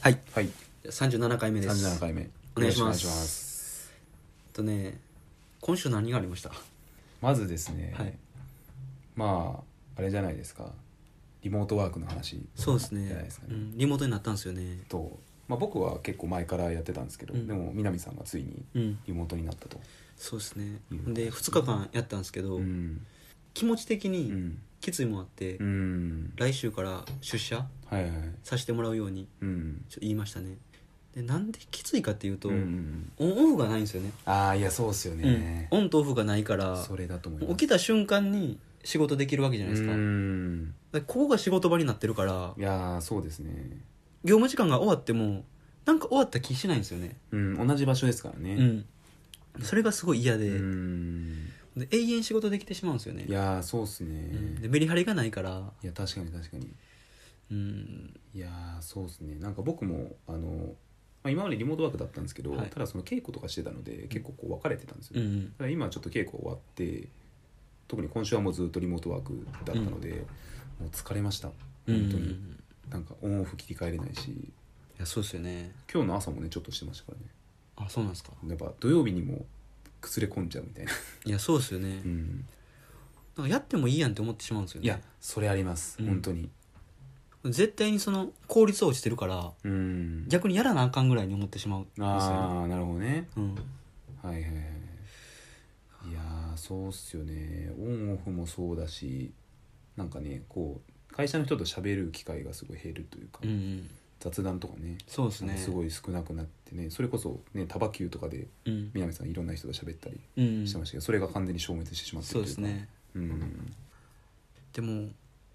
はいはい37回目です37回目お願いしますよろくお願いしますえっとね今週何がありましたまずですね、はいまああれじゃないですかリモートワークの話そうですじゃないねですかうねん、リモートになったんですよねと、まあ、僕は結構前からやってたんですけど、うんでも南さんがついにうんリモートになったと、そうですねうんで2日間やったんですけど、うん気持ち的うにんきついもんあって、うん来週から出社はいはいはいさせてもらうようにうんちょっと言いましたねでなんできついかっていうと、うんうんオンオフがないんですよねああいやそうっすよね、うん、オンとオフがないからそれだと思います起きた瞬間に仕事できるわけじゃないですか,、うんここが仕事場になってるからいやーそうですね業務時間が終わってもなんか終わった気しないんですよねうん同じ場所ですからうねんそれがすごい嫌で,、うんで永遠仕事できてしまうんですよねいやーそうっすね、うんでメリハリがないからいや確かに確かにうんいやーそうですねなんか僕もあの、まあ、今までリモートワークだったんですけど、はいただその稽古とかしてたので結構こう分かれてたんですよ、うんうだんから今はちょっと稽古終わって特に今週はもうずっとリモートワークだったので、もう疲れましたうんうん本う当に、んなんかオンオフ切り替えれないしいやそうですよね今日の朝もねちょっとしてましたからねあそうなんですかやっぱ土曜日にも崩れ込んじゃうみたいな、いやそうですよね、うん、なんかやってもいいやんって思ってしまうんですよねいやそれあります、うん本当に絶対にその効率落ちてるからうん逆にやらなあかんぐらいに思ってしまうんですよねああなるほどねうんはいはいはいいやーそうっすよねオンオフもそうだしなんかねこう会社の人と喋る機会がすごい減るというか、うんうん雑談とかねそうですなんねかすごい少なくなってねそれこそねタバキューとかでうん南さんいろんな人と喋ったりうんうんしてましたけど、それが完全に消滅してしまってそうるでというすかねうんでも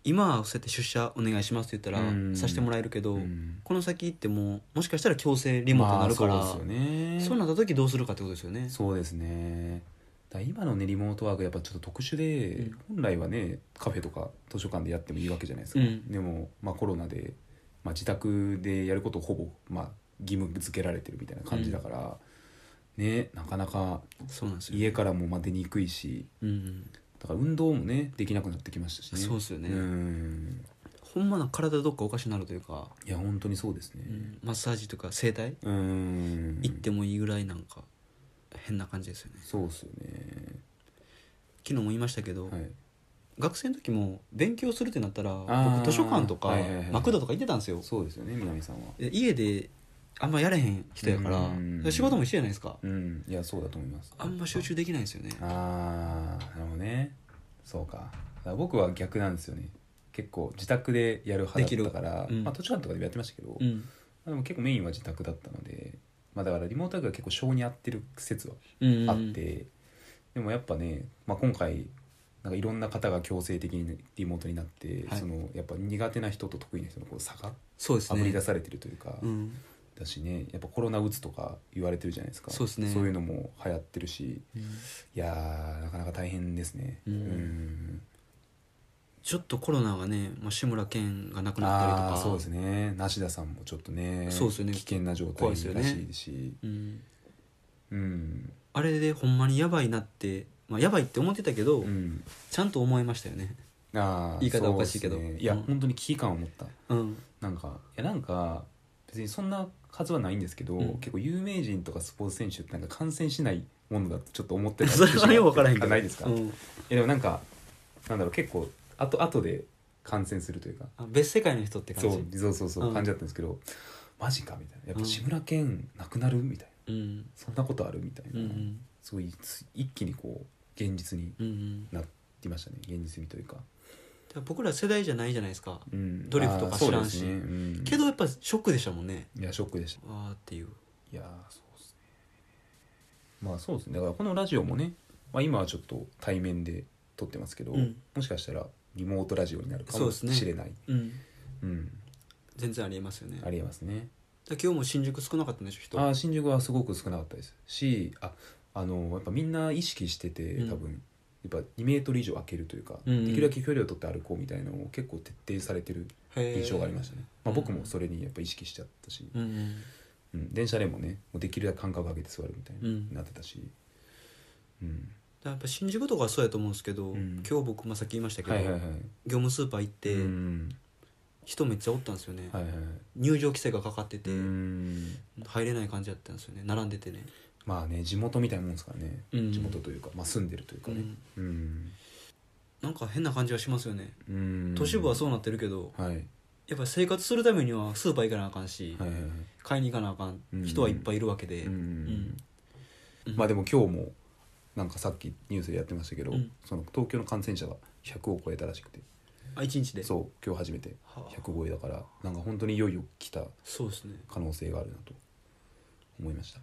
今はそうやって出社お願いしますって言ったうんらさせてもらえるけど、うんこの先行ってももしかしたら強制リモートになるから、まあそうですよねそうなった時どうするかってことですよねそうですねだから今のねリモートワークやっぱちょっと特殊で、本来はねカフェとか図書館でやってもいいわけじゃないですか、うんでも、まあ、コロナで、まあ、自宅でやることをほぼ、まあ、義務付けられてるみたいな感じだから、ねなかなかそうなんですよ、家からもまあ出にくいしうんうん、だから運動もねできなくなってきましたしねそうですよねうんほんまな体どっかおかしになるというか、いや本当にそうですねうんマッサージとか整体うん行ってもいいぐらいなんか変な感じですよねそうっすよね昨日も言いましたけど、はい学生の時も勉強するってなったらー僕図書館とか、はいはいはいマクドとか行ってたんですよそうですよね南さんはで家であんまやれへん人やからうん仕事も一緒じゃないですかうんいやそうだと思いますあんま集中できないんですよねああなるほどねそうかだから僕は逆なんですよね結構自宅でやる派だったから、できるうんまあ、図書館とかでもやってましたけど、うんでも結構メインは自宅だったので、まあ、だからリモートワークが結構性に合ってる説はうんあって、でもやっぱね、まあ、今回なんかいろんな方が強制的にリモートになって、はいそのやっぱ苦手な人と得意な人のこう差がそうですあぶり出ねされてるというか、うんだしねやっぱコロナうつとか言われてるじゃないですかそうですねそういうのも流行ってるしいやーなかなか大変ですねうんんちょっとコロナがね、まあ、志村けんが亡くなったりとあかあそうですね梨田さんもちょっとねそうですよね危険な状態怖いらですしよねいし、うん、うんあれでほんまにやばいなって、まあ、やばいって思ってたけど、うんちゃんと思いましたよねあー言い方おかしいけどそうですねいや、うん本当に危機感を持ったうんなんかいやなんか別にそんな数はないんですけど、うん結構有名人とかスポーツ選手ってなんか感染しないものだとちょっと思ってたそれはよく分からへんけあどないですか、ういん、やでもなんかなんだろう結構あとあとで感染するというかあ別世界の人ってそ感じうそうそうそううん感じだったんですけど、マジかみたいなやっうぱん志村けんなくなるみたいなうんそんなことあるみたいうんうな、んすごいつ一気にこう現実にうんうんなってましたね現実味というか、だから僕ら世代じゃないじゃないですかうんドリフとか知らんしあーそうですねうんけどやっぱショックでしたもんねいやショックでしたわーっていういやーそうですねまあそうですねだからこのラジオもね、まあ、今はちょっと対面で撮ってますけど、うんもしかしたらリモートラジオになるかそうもですねしれない、うんうん全然ありえますよねありえますねだ今日も新宿少なかったんでしょ人あー新宿はすごく少なかったですしああのやっぱみんな意識しててうん多分、やっぱ2メートル以上空けるというか、うんうんできるだけ距離を取って歩こうみたいなのを結構徹底されてるへー印象がありましたね、まうあ、ん僕もそれにやっぱ意識しちゃったし、うんうんうん、電車でもねもうできるだけ間隔空けて座るみたいな、うんなってたし、うだん、からやっぱ新宿とかはそうやと思うんですけど、うん今日僕、まあ、さっき言いましたけど、はいはいはい業務スーパー行って、うん人めっちゃおったんですよね、はいはいはい入場規制がかかってうて、ん入れない感じだったんですよね並んでてねまあね地元みたいなもんですからね、うん地元というか、まあ、住んでるというかねうん、なんか変な感じはしますよねうん、都市部はそうなってるけど、はいはいやっぱり生活するためにはスーパー行かなあかんし、はいはい買いに行かなあかん、うん人はいっぱいいるわけで、うんんうんまあでも今日もなんかさっきニュースでやってましたけど、うんその東京の感染者が100を超えたらしくてあ一日でそう今日初めてはあ100超えだからなんか本当にいよいよ来たそうですね可能性があるなと思いました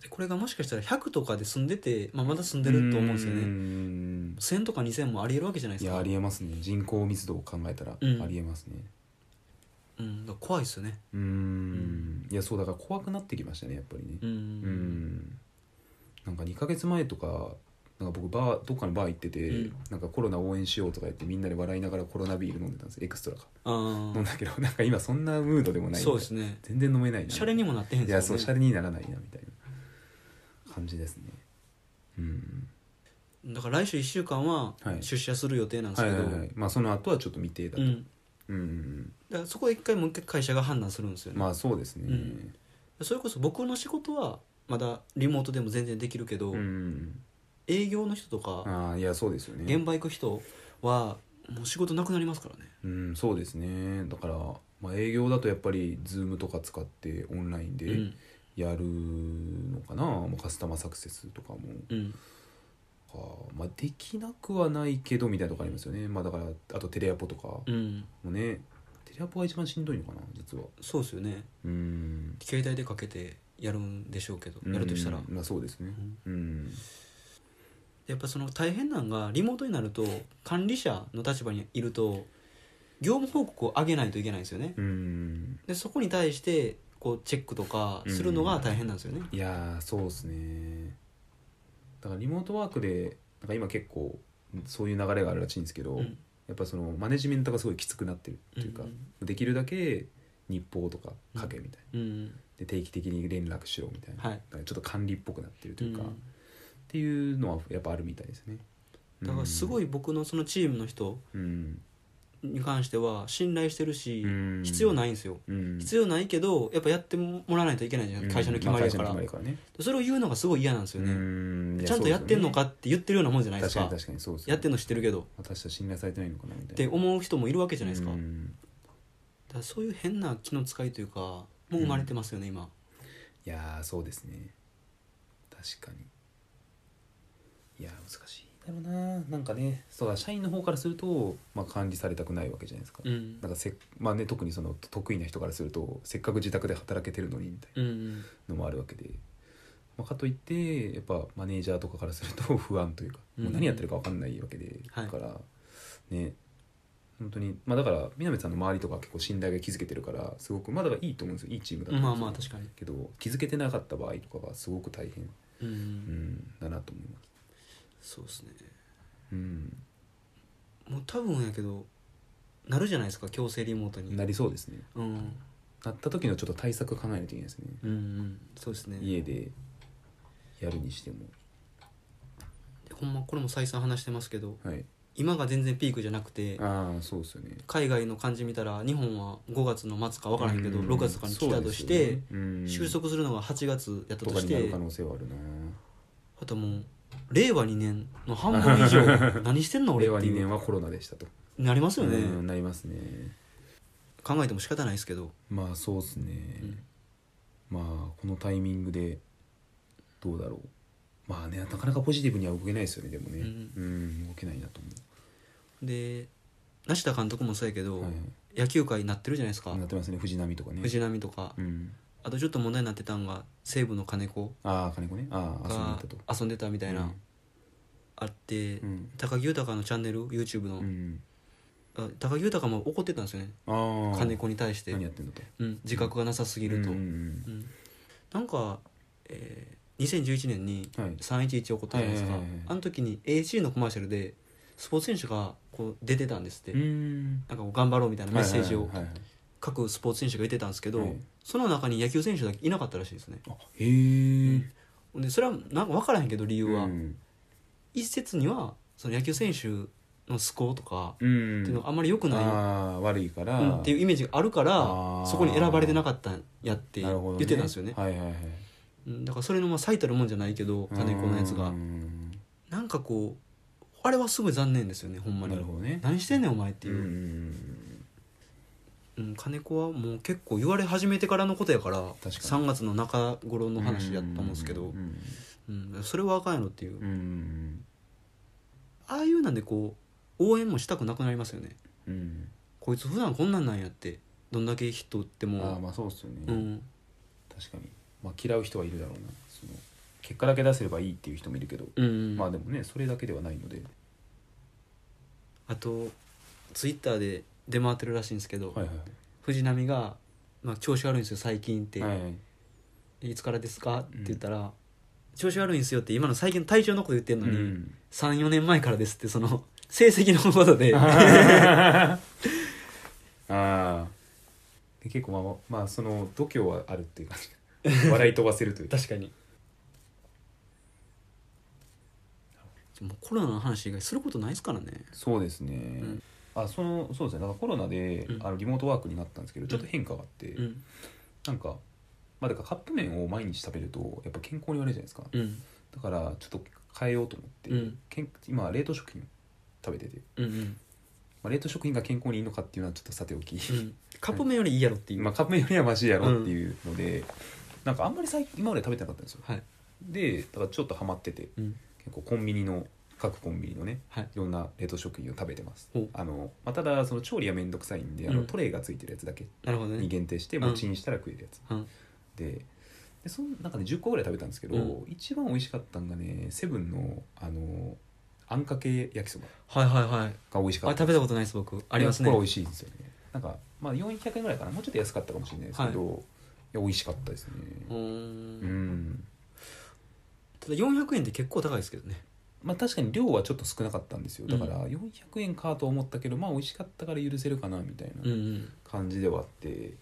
でこれがもしかしたら100とかで住んでて、まあ、まだ住んでると思うんですよねね1000とか2000もありえるわけじゃないいですかやありえますね人口密度を考えたらうんありえますねうん、だから怖いですよねうんんいやそうだから怖くなってきましたねやっぱりねうんうんなんか2ヶ月前とかなんか僕バーどっかのバー行ってて、うんなんかコロナ応援しようとか言ってみんなで笑いながらコロナビール飲んでたんですエクストラかあ飲んだけど なんか今そんなムードでもあないそうですね全然飲めないなシャレにもなってへんいやすそうよシャねレにならないなみたいな感じですねうんだから来週1週間ははい出社する予定なんですけはいど、はいはいまあその後はちょっと未定だと、ううん、ん、うんうんだからそこで一回もう一回会社が判断するんですよね、まあそうですねうんそれこそ僕の仕事はまだリモートでも全然できるけど、うん営業の人とかああいやそうですよね現場行く人はもう仕事なくなりますからねうんそうですねだから、まあ、営業だとやっぱり Zoom とか使ってオンラインうでんやるのかな、まあカスタマーサクセスとかもうんかまあできなくはないけどみたいなとこありますよねまあだからあとテレアポとかうんもねテレアポが一番しんどいのかな実はそうですよねうん携帯でかけてやるんでしょうけどやるとしたら、うんまあそうですねうんやっぱその大変なんがリモートになると管理者の立場にいると業務報告を上げないといけないんですよねうんでそこに対してこうチェックとかするのが大変なんですよねいやーそうですねだからリモートワークでなんか今結構そういう流れがあるらしいんですけど、うんやっぱそのマネジメントがすごいきつくなってるというか、うんできるだけ日報とか書けみたいな、うんで定期的に連絡しろみたいな、はいだからちょっと管理っぽくなってるといううか、んっていうのはやっぱあるみたいですねだからすごい、い僕のそのチームの人うんに関しては信頼してるしうん必要ないんですようん、必要ないけどやっぱやってもらわないといけないじゃん会社の決まりやかうらんまあ会社の決まりやからねそれを言うのがすごい嫌なんですよねうんいやちゃんとやってんのかって言ってるようなもんじゃないそでうですすよかね確かに確かにそうですよねやってんの知ってるけど私は信頼されてないのかなみたっいなてう思う人もいるわけじゃないですか、んだからそういう変な気の使いというかもう生まれてますよね、今いやーそうですね確かにいやー難しいだろうななんかねそうだ社員の方からすると、まあ、管理されたくないわけじゃないですか,、うんなんかせっまあね、特にその得意な人からするとせっかく自宅で働けてるのにみたいうんうんなのもあるわけで、まあ、かといってやっぱマネージャーとかからすると 不安というか、もう何やってるか分かんないわけで、はいだからね本当にまあだから南さんの周りとかは結構信頼が築けてるからすごくまあだからいいと思うんですよいいチームだとま思あうんですよまあ確かに、けど気づけてなかった場合とかはすごく大変、うんうん、だなと思います、そうですねうん、もう多分やけどなるじゃないですか強制リモートになりそうですねうんなった時のちょっと対策考えないといけないですねうんうんそうですね家でやるにしてもでほんまこれも再三話してますけどはい今が全然ピークじゃなくてああそうですよね海外の感じ見たら日本は5月の末か分からへんけど、うん6月とかに来たとして、そうですよねうん収束するのが8月やったととかしになるて可能性はあるなあともう令和2年の半分以上 何してんの俺令っ和て2い年うはコロナでしたとなりますよね、うんなりますね考えても仕方ないですけどまあそうですね、うんまあこのタイミングでどうだろうまあねなかなかポジティブには動けないですよねでもねうんうん動けないなと思うで梨田監督もそうやけど、はい野球界になってるじゃないですか、なってますね藤波とかね藤浪とか、うん、あとちょっと問題になってたんが西武の金子ああ金子ねああ遊びに行がったと遊んでたみたいな、あって、うん高木豊のチャンネル YouTube の、うん、あ高木豊も怒ってたんですよねああ金子に対して、何やってんだとうん、自覚がなさすぎると、うんうんなんか、えー2011年にうんはい311起こったじゃないですか、はいはいはいはいあの時に AC のコマーシャルでスポーツ選手がこう出てたんですって、うんなんかこう頑張ろうみたいなメッセージをはいはいはいはい各スポーツ選手が言ってたんですけど、はいその中に野球選手だけいなかったらしいですねあへえでそれはなんか分からへんけど理由は、うん一説にはその野球選手のスコとかうっんていうのがあんまり良くない、うんあー悪いから、っていうイメージがあるかあらーそこに選ばれてなかったんやってなるほ言どってたんですよねはいはいはいうんだからそれのまあ最たるもんじゃないけど金子のやつがうんなんかこうあれはすごい残念ですよねほんまなにるほどね何してんねんお前っていうう、んうん金子はもう結構言われ始めてからのことやからかに3月の中頃の話やったと思うんですけどう、んうん、それはあかんやろっていう、うんああいうなんでこう応援もしたくなくなりますよねうんこいつ普段こんなんなんやってどんだけ人ってあもーまあそうっすよね、うん、確かに、まあ、嫌う人はいるだろうなその結果だけ出せればいいっていう人もいるけど、うん、まあでもねそれだけではないのであとツイッターで出回ってるらしいんですけど、はいはい藤波が、まあ「調子悪いんですよ最近」って、はいはいい、つからですか?」って言ったら、調子悪いんですよ」って今の最近の体調のこと言ってんのうに、ん34年前からですってその成績のことでああで結構まあまあその度胸はあるっていう感じ笑い飛ばせるという 確かにもうコロナの話以外することないですからねそうですね、んあそのそうですねなんかコロナで、うんあのリモートワークになったんですけどちょっと変化があって、うんなんかまあだからカップ麺を毎日食べるとやっぱ健康に悪いじゃないですかうんだからちょっと変えようと思って、うんけん今冷凍食品食べてて、うんうんまあ、冷凍食品が健康にいいのかっていうのはちょっとさておき、 うんカップ麺よりいいやろっていう、まあ、カップ麺よりはマシやろっていうので、なんかあんまり最近今まで食べてなかったんですよはい、でだからちょっとハマっててうん、結構コンビニの各コンビニのねはいいろんな冷凍食品を食べてますほうあの、まあ、ただその調理は面倒くさいんであうの、んトレイがついてるやつだけなるほどにね限定してうんもうチンしたら食えるやつ、うんででそのなんかね10個ぐらい食べたんですけど、う一番美味しかったのがねセブンのあのあんかけ焼きそばはいはいはいが美味しかあった食べたことないです僕ありますいねやこれ美味しいですよねなんか、まあ、400円ぐらいかなもうちょっと安かったかもしれないですけど、い、や美味しかったですねううんんただ400円って結構高いですけどねまあ確かに量はちょっと少なかったんですよだから400円かと思ったけどまあ美味しかったから許せるかなみたいうんなうん感じではあって、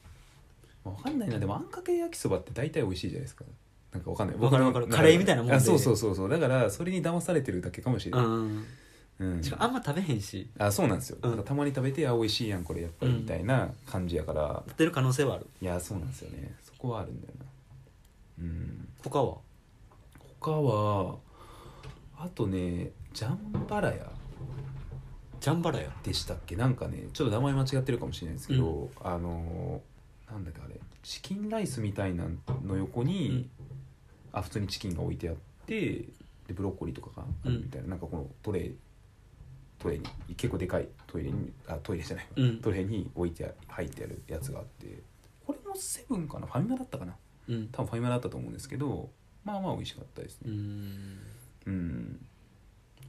まあ、分かんないなでもあんかけ焼きそばって大体美味しいじゃないですかなんかわかんないわかるわかる僕のカレーみたいなもんであそうそうそうそうだからそれに騙されてるだけかもしれうない、んうんしかもあんま食べへんしあそうなんですよ、うんなんかたまに食べてあ美味しいやんこれやっぱりみたいな感じやから、食べる可能性はあるいやそうなんですよねそこはあるんだよなうん他は他はあとねジャンバラヤジャンバラやでしたっけなんかねちょっと名前間違ってるかもしれないですけど、あのーなんだっけあれチキンライスみたいなの横に、うんあ普通にチキンが置いてあってでブロッコリーとかがあるみたいな、なんかこのトレイトレイに結構でかいトイレにあトイレじゃない、うんトレイに置いてあ入ってあるやつがあってこれもセブンかなファミマだったかなうん多分ファミマだったと思うんですけどまあまあ美味しかったですうねんうん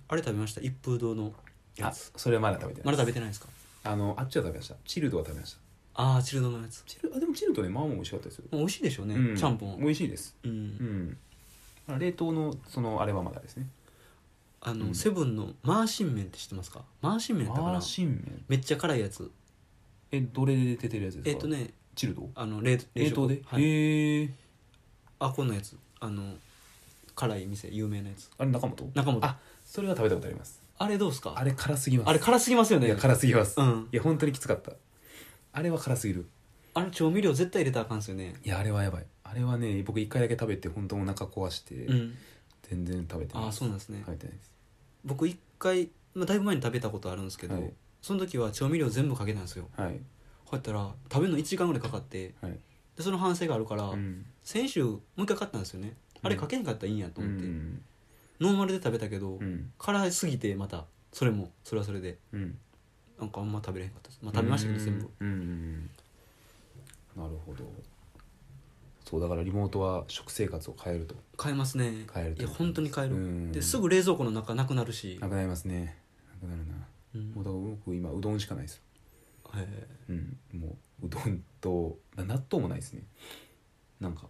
あれ食べました一風堂のやあつそれはまだ食べてないまだ食べててないですかあのあっちは食べましたチルドは食べましたああチルドのやつチルあでもチルドねまあまあ美味しかったですよ、美味しいでしょうね、うちゃんぽん美味しいですうん、うん冷凍のそのあれはまだですねあの、うんセブンのマーシン麺って知ってますかマーシン麺だったかマなーシン麺めっちゃ辛いやつえどれで出てるやつでえすかっ、とねチルドあの冷冷凍で、はい、へえあこんなやつあの辛い店有名なやつあれ中本中本ああそれは食べたことありますれどうですかあれ辛すぎますあれ辛すぎますよいねや辛すぎます、ういんや本当にきつかったあれは辛すぎるあれ調味料絶対入れたらあかんですよねいやあれはやばいあれはね僕一回だけ食べて本当お腹壊して、うん全然食べてないああそうなんですね、食べてないです僕一回、まあ、だいぶ前に食べたことあるんですけど、はいその時は調味料全部かけたんですよはいこうやったら食べるの1時間ぐらいかかってはいでその反省があるから、うん先週もう一回買ったんですよねあれかけんかったらいいんやとう思って、んノーマルで食べたけど、うん辛すぎてまたそれもそれはそれでうんなんかあんま食べれへんかったです、まあ、食べましたけど全部うんうんなるほどそうだからリモートは食生活を変えると買えますね変えるいや本当に買える、うんですぐ冷蔵庫の中なくなるしなくなりますねなくなるなうんもうだから僕今うどんしかないですえうんもううどんとな納豆もないですねなんか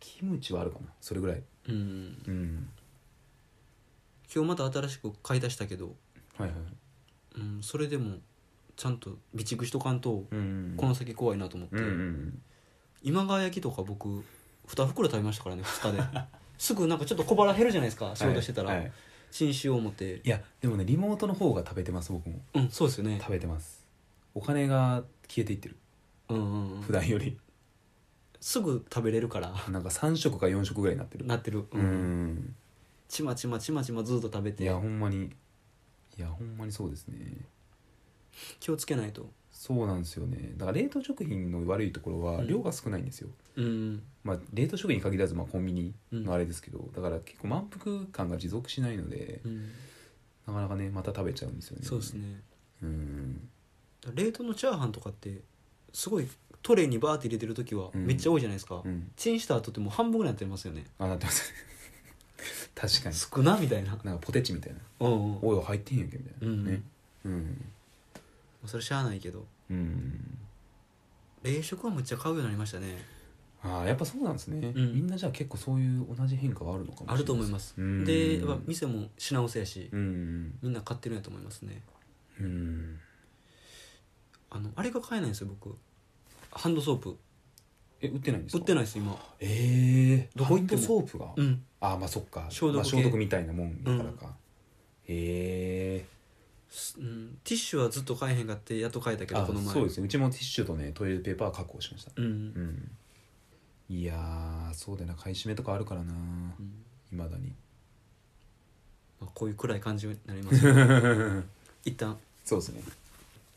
キムチはあるかなそれぐらいーうんうん今日また新しく買い出したけど、はいはいうん、それでもちゃんと備蓄しとかんとうんこの先怖いなと思って、うんうん今川焼きとか僕2袋食べましたからね2日ですぐなんかちょっと小腹減るじゃないですか仕事してたら、はいはい新種を持っていやでもねリモートの方が食べてます僕もうんそうですよね食べてますお金が消えていってるうんうんうん普段よりすぐ食べれるからなんか3食か4食ぐらいになってるなってる、うん、ちまちまちまちまずっと食べいてやほんまにいやほんまにそうですね気をつけないとそうなんですよねだから冷凍食品の悪いところはうん量が少ないんですよ、うんまあ、冷凍食品に限らずまあコンビニうんのあれですけど、だから結構満腹感が持続しないのでうんなかなかねまた食べちゃうんですよねそうですねうん冷凍のチャーハンとかってすごいトレーにバーって入れてる時はうんめっちゃ多いじゃないですか、うんチンした後ってもう半分ぐらいになってますよねあなってます 確かに少なみたいななんかポテチみたいなうんうんおいおい入ってへんやんけみたいな、うんねうんそれしゃあないけどうん冷食はむっちゃ買うようになりましたねああやっぱそうなんですね、うんみんなじゃあ結構そういう同じ変化があるのかもしれないあると思いますうんでやっぱ店も品薄やし、うんみんな買ってるんやと思いますねうんあのあれが買えないんですよ僕ハンドソープえ売ってないんですか売っていないです今ええどこ行ってもハンドソープが、うんああまあそっか消毒系まあ、消毒みたいなもんやからか、へえすうん、ティッシュはずっと買えへんかってやっと買えたけどあこの前そうですねうちもティッシュとねトイレットペーパーは確保しましたうんう、んいやーそうだよな買い占めとかあるからなうんいまだにまあ、こういう暗い感じになります 一旦そうですね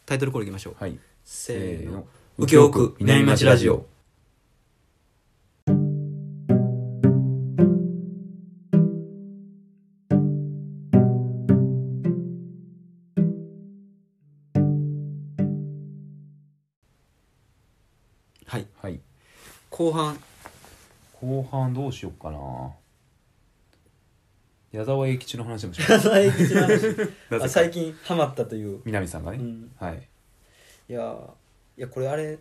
タイトルコールいきましょうはいせーの右京区南南町町ララジジオオはいはい後半後半どうしよっかな矢沢永吉の話もします浅井吉の話なあぜか最近ハマったという、南さんがね、うん、はい、いやーいやこれあれ、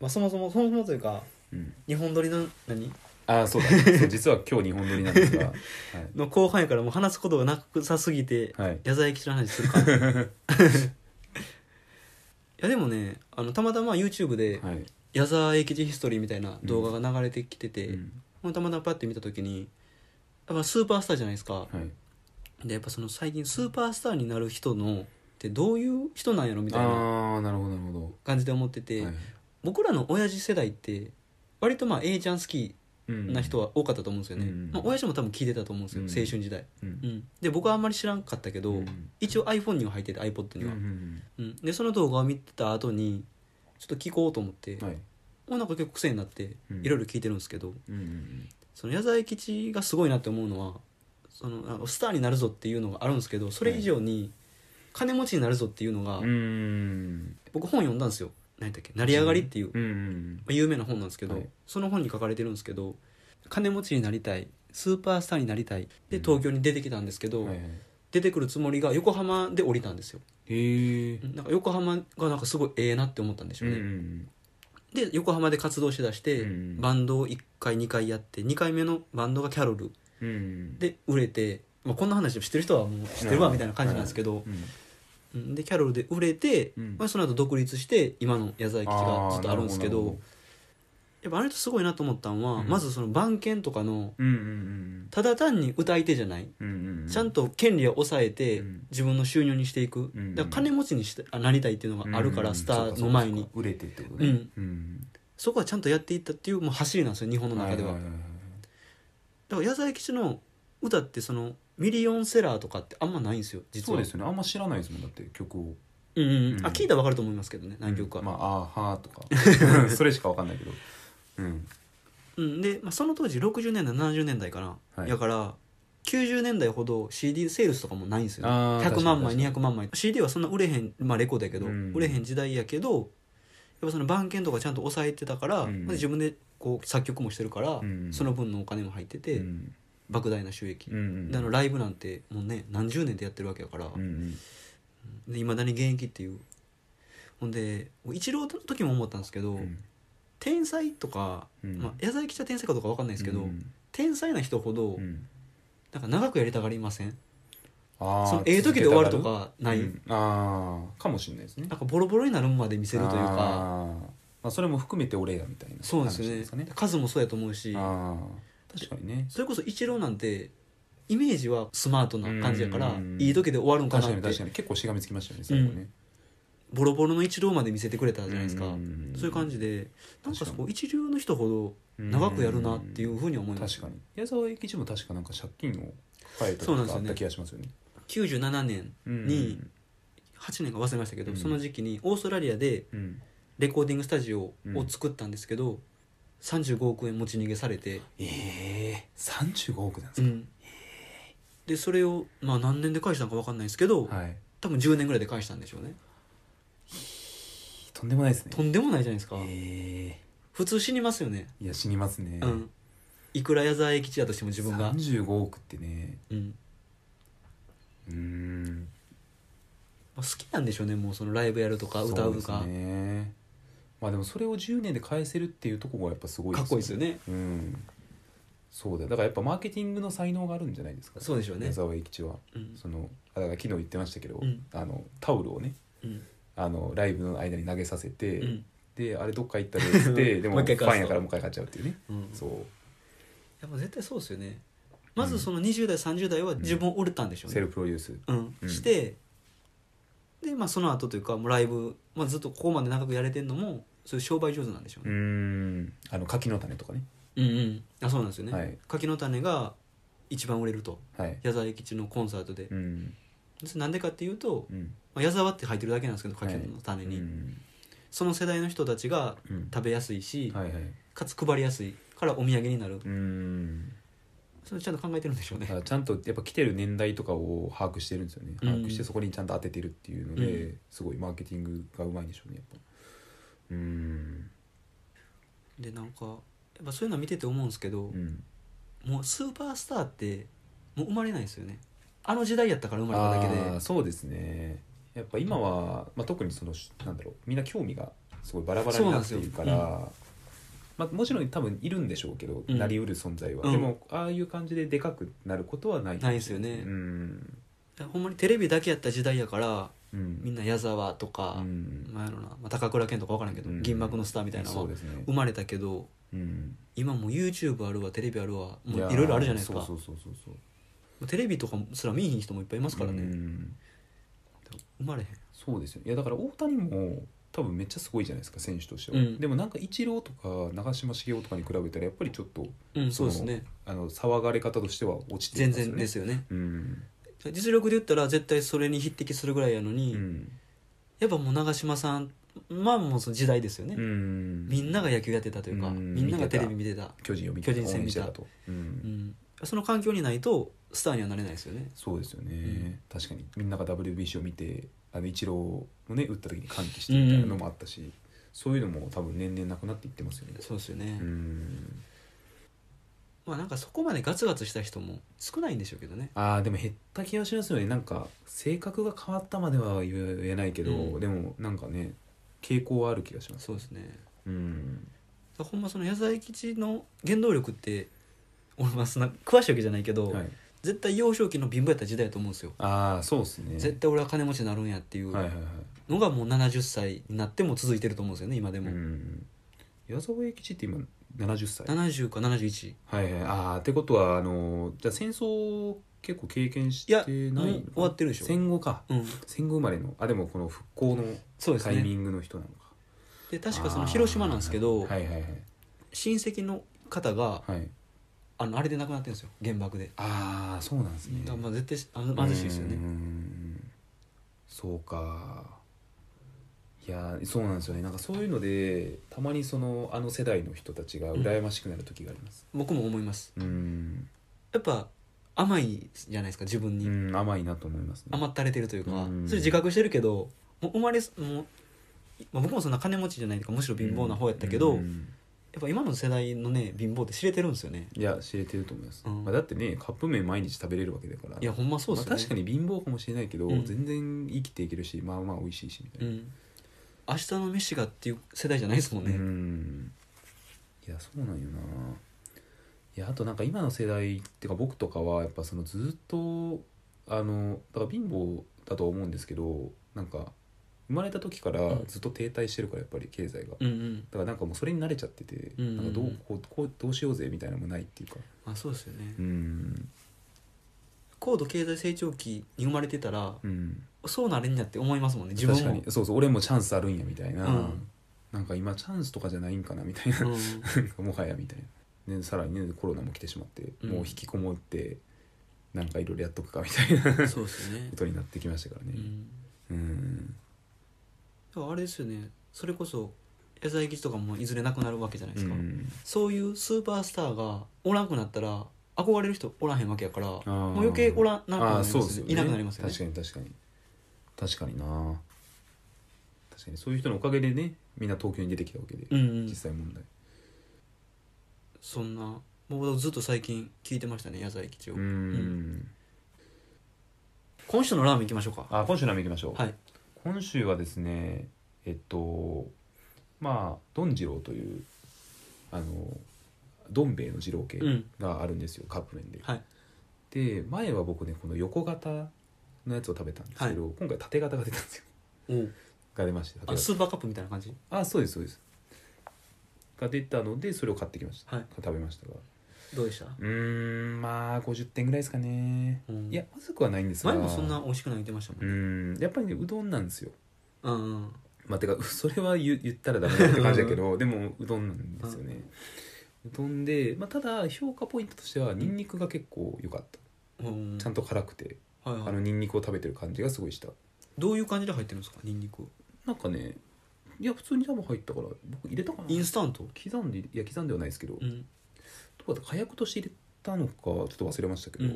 まあ、そもそもそもそもというかうん、日本撮りの何ああそうだ、ね、そう実は今日日本撮りなんです がはの後半やからもう話すことがなくさすぎてい、はい、矢沢永吉の話するかいやでもねあのたまたま YouTube ではい、矢沢永吉ヒストリーみたいな動画が流れてきてて、うんほんでたまたまパッて見た時にやっぱスーパースターじゃないですかはい、でやっぱその最近スーパースターになる人のってどういう人なんやろみたいなああなるほどなるほど感じで思ってて、はい僕らの親父世代って割とまあ A ちゃん好きうんな人は多かったと思うんですよね、うんまあ、親父も多分聞いてたと思うんですよ、うん青春時代、うんうん、で僕はあんまり知らんかったけど、うん一応 iPhone には入ってて iPod には、うんうんうん、でその動画を見てた後にちょっと聞こうと思って、うんはいもうなんか結構癖になってうんいろいろ聞いてるんですけど、うんうんその矢沢永吉がすごいなって思うのはそのあのスターになるぞっていうのがあるんですけどそれ以上に金持ちになるぞっていうのが、うんうん僕本読んだんですよ何だっけ「成り上がり」っていう、うんうんまあ、有名な本なんですけど、はいその本に書かれてるんですけど金持ちになりたいスーパースターになりたいでうん東京に出てきたんですけど、はいはい出てくるつもりが横浜で降りたんですよへえうんなんか横浜がなんかすごいええなって思ったんでしょうね、で横浜で活動しだして、うんバンドを1回2回やって2回目のバンドがキャロルうんで売れて、まあ、こんな話知ってる人はもう知ってるわみたいな感じなんですけど、うんうんでキャロルで売れて、うんまあ、その後独立して今の矢沢永吉がずっとあるんですけどあーなるほやっぱあれとすごいなと思ったのは、うんまずその番犬とかのうんうんただ単に歌い手じゃない、うんうんうんちゃんと権利を抑えてうん自分の収入にしていく、うんだから金持ちにしてあなりたいっていうのがあるから、うんスターの前にそうかそうか売れてってことねうんうんそこはちゃんとやっていったっていうもう走りなんですよ日本の中では,、いいいいだから矢沢永吉の歌ってそのミリオンセラーとかってあんまないんですよ実そうはですよねあんま知らないですもんだって曲をうんうんうんうんあ聞いたら分かると思いますけどね何曲か、まあ「あーはー」と かそれしかわかんないけどうんうん、で、まあ、その当時60年代70年代かな、はいやから90年代ほど CD セールスとかもないんですよ、ね、あー100万枚確かに200万枚 CD はそんな売れへん、まあ、レコードやけど、うん売れへん時代やけどやっぱその番犬とかちゃんと抑えてたから、うんまあ自分でこう作曲もしてるから、うんその分のお金も入ってて、うん莫大な収益、うんうんであのライブなんてもうね何十年でやってるわけやからうんうんいま、未だに現役っていうほんで一郎の時も思ったんですけど、うん天才とか、うんまあ、矢沢永吉は天才かどうか分かんないですけど、うん天才な人ほど、うんなんか長くやりたがりませんあーそのええ時で終わると続かない、けたがるうんあーかもしれないですねなんかボロボロになるまで見せるというかあーまあ、それも含めて俺やみたいなそうですよ話ねかね数もそうやと思うしああ確かにねそれこそイチローなんてイメージはスマートな感じやからうんいい時で終わるんか確なかっに確てかに結構しがみつきましたよね最後ね、ボロボロの一郎まで見せてくれたじゃないですかうんうんうんそういう感じでなんかそ確かこ一流の人ほど長くやるなっていうふうに思います確かに矢沢永吉も確かなんか借金を抱えたりそうなとんですよかあっねた気がしますよね97年うんに8年か忘れましたけど、うんその時期にオーストラリアでうんレコーディングスタジオをうん作ったんですけど、35億円持ち逃げされて、ええ35億なんでうすか、んでそれを、まあ、何年で返したのか分かんないですけど、はい多分10年ぐらいで返したんでしょうねとんでもないですねとんでもないじゃないですか、え普通死にますよね、えいや死にますね、うんいくら矢沢永吉だとしても自分が、 35億ってねうんうーんまあ、好きなんでしょうねもうそのライブやるとか歌うとそかですねまあでもそれを10年で返せるっていうところがやっぱすごいかっこいいですよねねうんそうだよだからやっぱマーケティングの才能があるんじゃないですかそうでしょうね矢沢永吉はうんそのあだから昨日言ってましたけど、うんあのタオルをねうんあのライブの間に投げさせて、うんであれどっか行ったでっつっ てでももうフ一回返すとァンやからもう一回買っちゃうっていうね、うんそうやっぱ絶対そうですよねまずその20代30代は自分を折れたんでしょうねセルフプロデュースうんうんして、でまあその後というかもうライブ、まあ、ずっとここまで長くやれてんのもそういう商売上手なんでしょううーね、んあの柿の種とかねうん、うんあそうなんですよね、はい柿の種が一番売れるとはい矢沢永吉のコンサートでうんそれなんでかっていうと、うんまあ、矢沢って入ってるだけなんですけど柿の種に、うんその世代の人たちがうん食べやすいし、はいはいかつ配りやすいからお土産になるうーんそれちゃんと考えてるんでしょうだねからちゃんとやっぱ来てる年代とかを把握してるんですよねうん把握してそこにちゃんと当ててるっていうので、うすごいマーケティングがうまいんでしょうねやっぱうーんでなんかやっぱそういうの見てて思うんですけど、うんもうスーパースターってもう生まれないですよねあの時代やったから生まれただけであーそうですねやっぱ今は、まあ、特にそのしなんだろうみんな興味がすごいバラバラになっているかそらうなんまあ、もちろん多分いるんでしょうけど、うんなりうる存在は、うんでもああいう感じででかくなることはないないですよねうん、いやほんまにテレビだけやった時代やからうみんんな矢沢とか、うんまあやろな、まあ、高倉健とか分からんけど、うん銀幕のスターみたいなのそうはですね生、まれたけどうん、今もう YouTube あるわテレビあるわもやうーいろいろあるじゃないですかそうそうそうそうもうテレビとかすら見えひん人もいっぱいいますそかうらね、うん生まれへんそうですよねいやだから大谷も多分めっちゃすごいじゃないですか選手としては、うんでもなんかイチローとか長嶋茂雄とかに比べたらやっぱりちょっとうんそうですねあの騒がれ方としては落ちて全然ですすよねうん、実力で言ったら絶対それに匹敵するぐらいやのうに、んやっぱもう長嶋さんまあもうその時代ですよね、うん、みんなが野球やってたというか、うんみんながテレビ見てた巨人を見て巨人戦応見援してたたと、う、うんん、その環境にないとスターにはなれないですよねそうですよね、ん確かにみんなが WBC を見てあのイチローのね打った時に歓喜してみたいなのもあったし、そういうのも多分年々なくなっていってますよねそうですよね、うんまあなんかそこまでガツガツした人も少ないんでしょうけどねあーでも減った気がしますよねなんか性格が変わったまでは言えないけど、うんでもなんかね傾向はある気がしますそうですねうんほんまその矢沢永吉の原動力って俺はそんな詳しいわけじゃないけど、はい、絶対幼少期の貧乏やった時代だと思うんですよ、ああそうですね絶対俺は金持ちになるんやっていうはいはいはいのがもう70歳になっても続いてると思うんですよね今でも、うん矢沢永吉って今70歳70か71はいはいああってことはあのじゃあ戦争結構経験していやないのもう終わってるでしょ戦後かうん戦後生まれのあでもこの復興のそうですタイミねングの人なのか、で確かその広島なんですけど、あーはいはい親戚の方がはいはいあのあれで亡くなってるんですよ原爆で、ああそうなんですねだからまあ絶対あの貧しいですようーねんそうかいやそうなんですよねなんかそういうのでたまにそのあの世代の人たちが羨ましくなる時があります僕も思いますうんやっぱ甘いじゃないですか自分に、うん甘いなと思いますね甘ったれてるというか、うんそれ自覚してるけどもう生まれもうまあ僕もそんな金持ちじゃないとかむしろ貧乏な方やったけど、うやんっぱ今の世代のね貧乏って知れてるんですよねいや知れてると思います、うんまあ、だってねカップ麺毎日食べれるわけだからいやほんまそうですよね、まあ、確かに貧乏かもしれないけど、うん全然生きていけるしまあまあ美味しいしみたいうなん、明日の飯がっていう世代じゃないですもんね、うんいやそうなんよないやあとなんか今の世代っていうか僕とかはやっぱそのずっとあのだから貧乏だとは思うんですけどなんか生まれた時からうんずっと停滞してるからやっぱり経済が、だうんうんからなんかもうそれに慣れちゃってて、うんうんうんなんかどうこうこうどうしようぜみたいなのもないっていうかまあそうですよね、うん高度経済成長期に生まれてたらうん、そうなれんやって思いますもんね自分確かもに、そうそう俺もチャンスあるんやみたいな、うんなんか今チャンスとかじゃないんかなみたいな、うん、なんかもはやみたいな、ね、さらにねコロナも来てしまって、うんもう引きこもってなんかいろいろやっとくかみたいなこそうです よね、とになってきましたからうねん、うんだからあれですよねそれこそ野菜基地とかもいずれなくなるわけじゃないでうすか、んそういうスーパースターがおらんくなったら憧れる人おらへんわけやからもうあー余計おらんなくなりあまーすそうよでねすよねいなくなりますよね確かに確かに確かにな確かにそういう人のおかげでねみんな東京に出てきたわけで、うん、うん実、際問題そんな僕ずっと最近聞いてましたね野菜基地を、うん今週のラーメン行きましょうかあ今週の雨行きましょう、はい今週はですねえっとまあドン次郎というあのどん兵衛の二郎系うんがあるんですよ、カップ麺で、はいで前は僕ねこの横型のやつを食べたんですけど、今回縦型が出たん ですよおが出まして縦あ型スーパーカップみたいな感じあそうですそうですが出たのでそれを買ってきました、はい食べましたがどうでした、うーんまあ50点ぐらいですかね、うんいやまずくはないんですが前もそんな美味しくないってましたもうんねんやっぱりねうどんなんですようんうんまあ、てか それは言言ったらダメだって感じだけどでもうどんなんですよね、うどんで、まあ、ただ評価ポイントとしてはニンニクが結構良かった、うんちゃんと辛くて、はいあはのいニンニクを食べてる感じがすごいしたどういう感じで入ってるんですかニンニクなんかねいや普通に多分入ったから僕入れたかなインスタント刻んでいや刻んではないですけど、うんどうだった火薬として入れたのかちょっと忘れましたけど、うん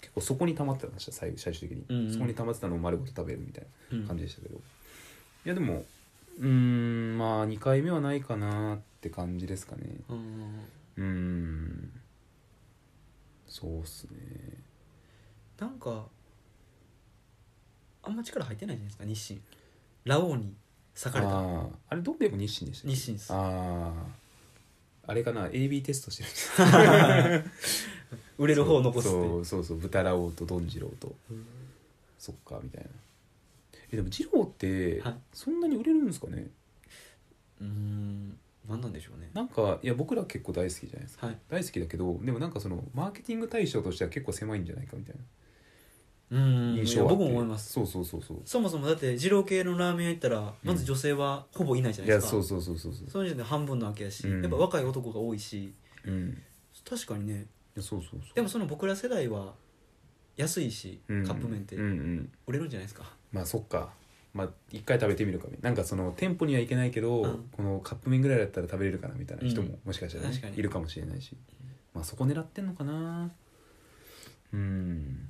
結構そこに溜まってたんでした最後最終的に、うんうんそこに溜まってたのを丸ごと食べるみたいなうん感じでしたけど、いやでもうーんまあ2回目はないかなって感じですかねうんうーんそうっすねなんかあんま力入ってないじゃないですか日清ラオウに裂あかれたーあれどん兵衛も日清でしたっけ日清ですあああれかな AB テストしてる 売れる方を残すってそうそうそう豚ラオウとどん次郎とうんそっかみたいなえでも次郎ってはいそんなに売れるんですかね、うーん何なんでしょうねなんかいや僕ら結構大好きじゃないですかはい大好きだけどでもなんかそのマーケティング対象としては結構狭いんじゃないかみたいなうん印い象やはあっ僕ても思いますそうそうそうそうそもそもだって二郎系のラーメン屋行ったらまず女性はほぼいないじゃいないやですか、そうそうそうそうそその時点で半分なわけやし、うんやっぱ若い男が多いしううん確かにねいやそうそうそうでもその僕ら世代は安いし、うんカップ麺ってうんうん売れるんじゃないですか、まあそっかまあ一回食べてみるかみなんかその店舗には行けないけど、うんこのカップ麺ぐらいだったら食べれるかなみたいな人うももしかしたら、ね確かにいるかもしれないし、まあそこ狙ってんのかなうん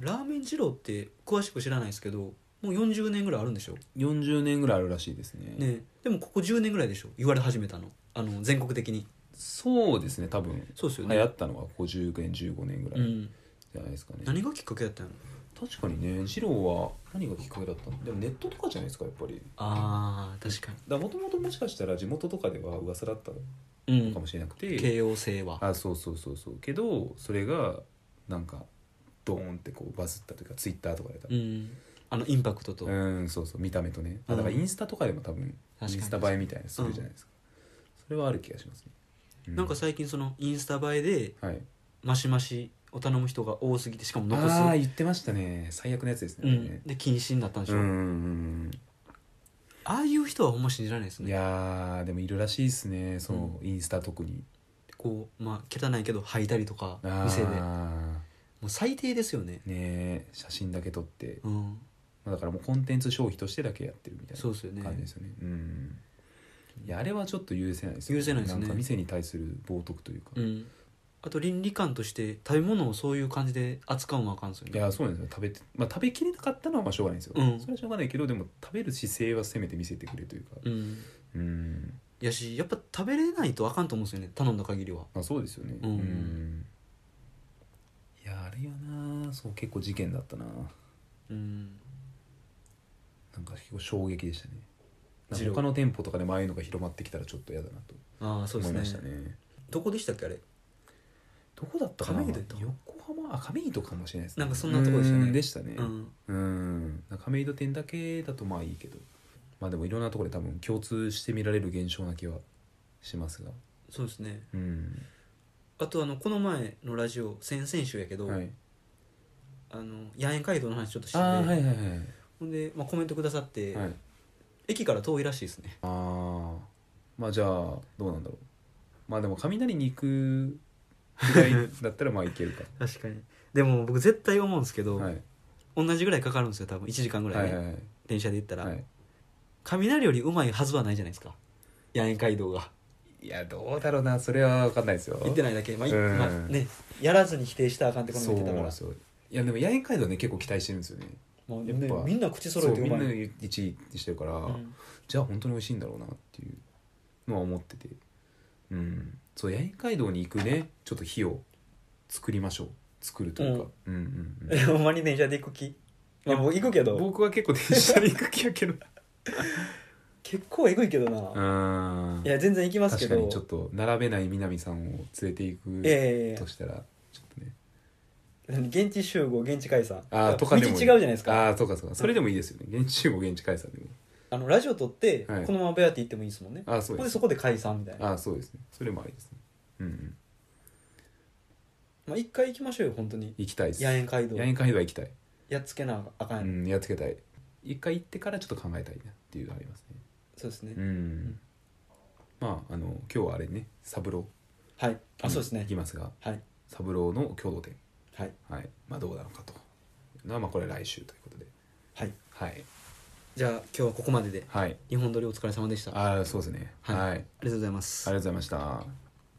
ラーメン二郎って詳しく知らないですけどもう40年ぐらいあるんでしょ、 40年ぐらいあるらしいですねね、でもここ10年ぐらいでしょ言われ始めたのあの全国的にそうですね多分そうです流よね、行ったのは50年15年ぐらういん、じゃないですかね、何がきっかけだったの確かにね二郎は何がきっかけだったのでもネットとかじゃないですかやっぱりあー確かだもともともしかしたら地元とかでは噂だったのに、うかん、もしれなくて、慶応生はあそうそうそうそうけどそれがなんかドーンってこうバズったというかツイッターとかで多う分んあのインパクトと、うんそうそう見た目とねあだからインスタとかでも多分イン確かにスタ映えみたいなのするじゃないですか、それはある気がしますね、うなんか最近そのインスタ映えではいマシマシを頼む人が多すぎてしかも残ああす、言ってましたね最悪のやつですうね,、ん、で禁止になったんでしうょ、んうんああいう人はほんま信じられないですうんいねやーでもいるらしいですねそのインスタ特に、こうまあ汚いけど履いたりとかああ店でもーう最低ですよねねえ写真だけ撮って、うんまあ、だからもうコンテンツ消費としてだけやってるみたいそうですよな感じねですよねうんいやあれはちょっと許せないですよ許せないですねなんか店に対する冒涜というか、ういんあと倫理観として食べ物をそういう感じで扱うのはあかんですよねやそうなんですよ食べて、まあ、食べきれなかったのはまあしょうがないんですよ、うんそれはしょうがないけどでも食べる姿勢はせめて見せてくれというかうんうんやしやっぱ食べれないとあかんと思うんですよね頼んだ限りはまあそうですよねうんいやあれはなそう結構事件だったなうんなんか結構衝撃でしたねなん二か郎他の店舗とかでもああいうのが広まってきたらちょっと嫌だなとああそうで思すいねましたねどこでしたっけあれどこだったかな亀戸やったかな横浜あ亀戸かもしれないですなんかそんなとこでしたねうんでしたねうんうん亀戸店だけだとまあいいけどまあでもいろんなところで多分共通して見られる現象な気はしますがそうですねうんあとあのこの前のラジオ先々週やけど、はいあの野猿街道の話ちょっとしてああーはいはいはいほんで、まあ、コメントくださって、はい駅から遠いらしいですねああまあじゃあどうなんだろうまあでも雷に行くぐらいだったらまあいける か確かにでも僕絶対思うんですけど、はい同じぐらいかかるんですよ多分1時間ぐらい、はねいはいはい電車で行ったら、はい雷よりうまいはずはないじゃないですか野猿街道がいやどうだろうなそれは分かんないですよ行ってないだけ、まあいうんまあね、やらずに否定したらあかんってことそもう言ってなたかんらですよいやでも野猿街道ね結構期待してるんですよねもうやっねぱみんな口揃えてそううみんまない1位にしてるから、うんじゃあ本当に美味しいんだろうなっていうのは思っててうんそう八重街道に行くねちょっと火を作りましょう作るというか、うん、うんうんえほん まに電車で行く気いやもう行くけど僕は結構電車で行く気や けど結構えぐいけどな、うんいや全然行きますけ確かどにちょっと並べない南さんを連れていくいやいやいやとしたらちょっとね現地集合現地解散ああとかでも道違いうじいゃないですかああとかそうかそれでもいいですよね現地集合現地解散でもあのラジオ撮って、はいこのままベアって行ってもいいですもんねああそうこでですそこで解散みたいなああそうですねそれもありですねうんうんまあ、一回行きましょうよ本当に行きたいです野猿街道野猿街道は行きたいやっつけなあかん、うん、やっつけたい一回行ってからちょっと考えたいなっていうのがありますねそうですね、うん、まああの今日はあれね三郎はいあそうですね行きますがはい三郎の共同店はいはいまあどうなのかというのはまあこれは来週ということではいはいじゃあ今日はここまでではい日本撮りお疲れ様でしたあああそうですねはいはい、ありがりがとうございますとうございました